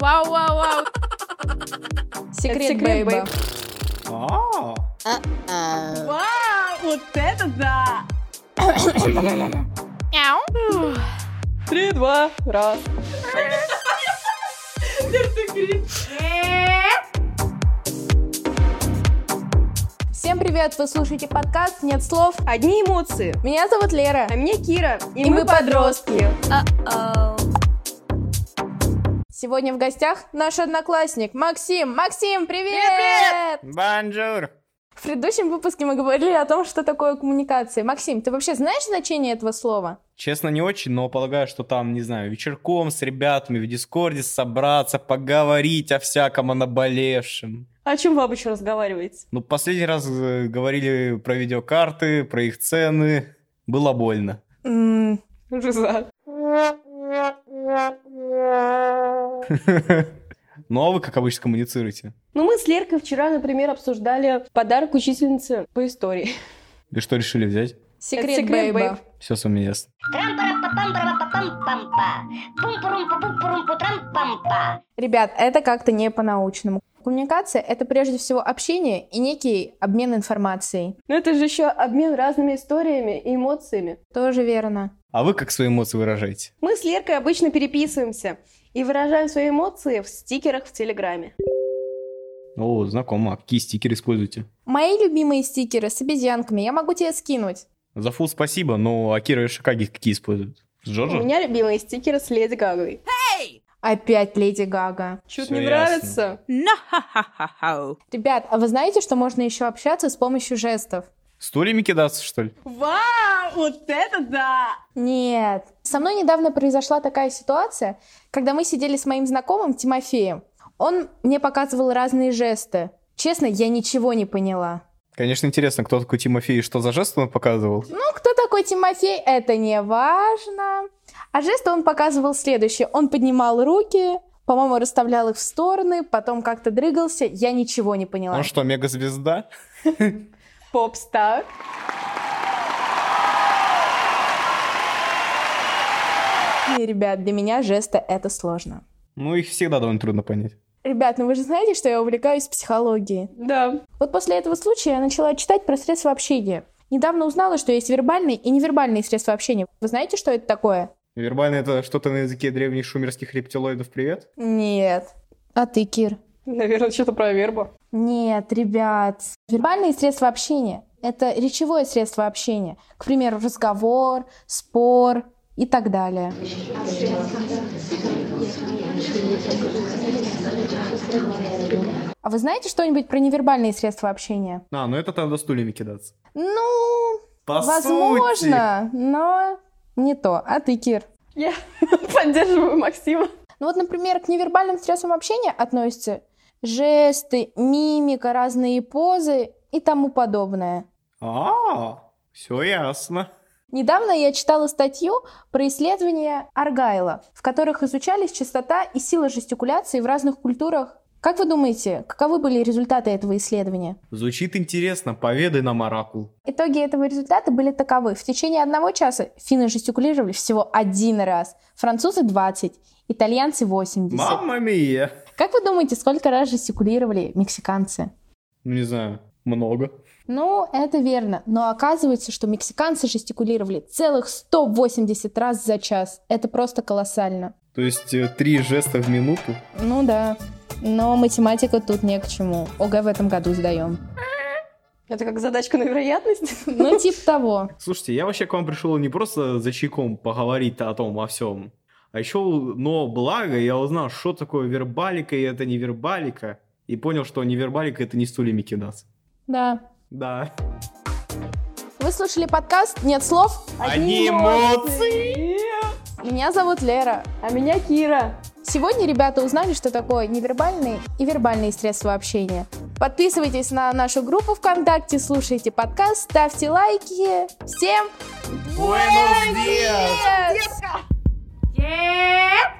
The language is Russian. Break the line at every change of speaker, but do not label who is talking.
Вау, вау, вау.
Секрет,
Это секрет
Бэйба.
Бэйба.
А,
Вау, вот это да!
Мяу.
Три, два, раз.
Всем привет, вы слушаете подкаст «Нет слов».
Одни эмоции.
Меня зовут Лера.
А меня Кира. И,
мы
мы подростки.
Сегодня в гостях наш одноклассник Максим. Максим, привет!
бонжур.
В предыдущем выпуске мы говорили о том, что такое коммуникация. Максим, ты вообще знаешь значение этого слова?
Честно, не очень, но полагаю, что там, не знаю, вечерком с ребятами в Дискорде собраться, поговорить о всяком, о наболевшем.
О чем вы обычно разговариваете?
Ну, последний раз э, говорили про видеокарты, про их цены. Было больно.
М,
Жиза.
Ну, а вы, как обычно, коммуницируете?
Ну, мы с Леркой вчера, например, обсуждали подарок учительнице по истории.
И что решили взять?
Секрет,
Это секрет
Бэйба.
Бэйб.
Все с вами ясно.
Трам-парам-пам-парам-пам-пам-па. Пум-пурум-пу-пу-пурум-пу-трам-пам-па.
Ребят, это как-то не по-научному. Коммуникация — это прежде всего общение и некий обмен информацией.
Но это же еще обмен разными историями и эмоциями.
Тоже верно.
А вы как свои эмоции выражаете?
Мы с Леркой обычно переписываемся и выражаем свои эмоции в стикерах в Телеграме.
О, знакомо. А какие стикеры используете?
Мои любимые стикеры с обезьянками я могу тебе скинуть.
За фул спасибо, но Акира и Шикаги какие используют? С Джоджо?
У меня любимые стикеры с Леди Гагой.
Опять Леди Гага.
Чуть
Всё
не
ясно.
нравится.
Ребят, а вы знаете, что можно еще общаться с помощью жестов?
Стульями кидаться, что ли?
Вау, вот это да!
Нет. Со мной недавно произошла такая ситуация, когда мы сидели с моим знакомым Тимофеем. Он мне показывал разные жесты. Честно, я ничего не поняла.
Конечно, интересно, кто такой Тимофей и что за жест он показывал?
Ну, кто такой Тимофей, это не важно. А жесты он показывал следующее. Он поднимал руки, по-моему, расставлял их в стороны, потом как-то дрыгался. Я ничего не поняла.
Он что, мегазвезда?
Поп-стар.
И, ребят, для меня жесты — это сложно.
Ну, их всегда довольно трудно понять.
Ребят, ну вы же знаете, что я увлекаюсь психологией.
Да.
Вот после этого случая я начала читать про средства общения. Недавно узнала, что есть вербальные и невербальные средства общения. Вы знаете, что это такое?
Вербально это что-то на языке древних шумерских рептилоидов «Привет».
Нет. А ты, Кир?
Наверное, что-то про вербу.
Нет, ребят. Вербальные средства общения — это речевое средство общения. К примеру, разговор, спор и так далее. А вы знаете что-нибудь про невербальные средства общения?
А, ну это тогда стульями кидаться.
Ну,
По
Возможно, но не то. А ты, Кир?
Я поддерживаю Максима.
Ну вот, например, к невербальным средствам общения относятся жесты, мимика, разные позы и тому подобное.
А, все ясно.
Недавно я читала статью про исследования Аргайла, в которых изучались частота и сила жестикуляции в разных культурах. Как вы думаете, каковы были результаты этого исследования?
Звучит интересно, поведай нам, Оракул.
Итоги этого результата были таковы. В течение одного часа финны жестикулировали всего один раз, французы 20, итальянцы 80.
Мамма мия.
Как вы думаете, сколько раз жестикулировали мексиканцы?
Ну, не знаю, много.
Ну, это верно, но оказывается, что мексиканцы жестикулировали целых 180 раз за час. Это просто колоссально.
То есть э, три жеста в минуту?
Ну да, но математика тут не к чему. ОГЭ в этом году сдаем.
Это как задачка на вероятность.
Ну, типа того.
Слушайте, я вообще к вам пришел не просто за чайком поговорить о том, о всем, а еще, но благо я узнал, что такое вербалика и это не вербалика, и понял, что невербалика это не стульями кидаться.
Да.
Да.
Вы слушали подкаст «Нет слов».
Одни эмоции.
Меня зовут Лера.
А меня Кира.
Сегодня ребята узнали, что такое невербальные и вербальные средства общения. Подписывайтесь на нашу группу ВКонтакте, слушайте подкаст, ставьте лайки. Всем
Буэнос диас!
привет!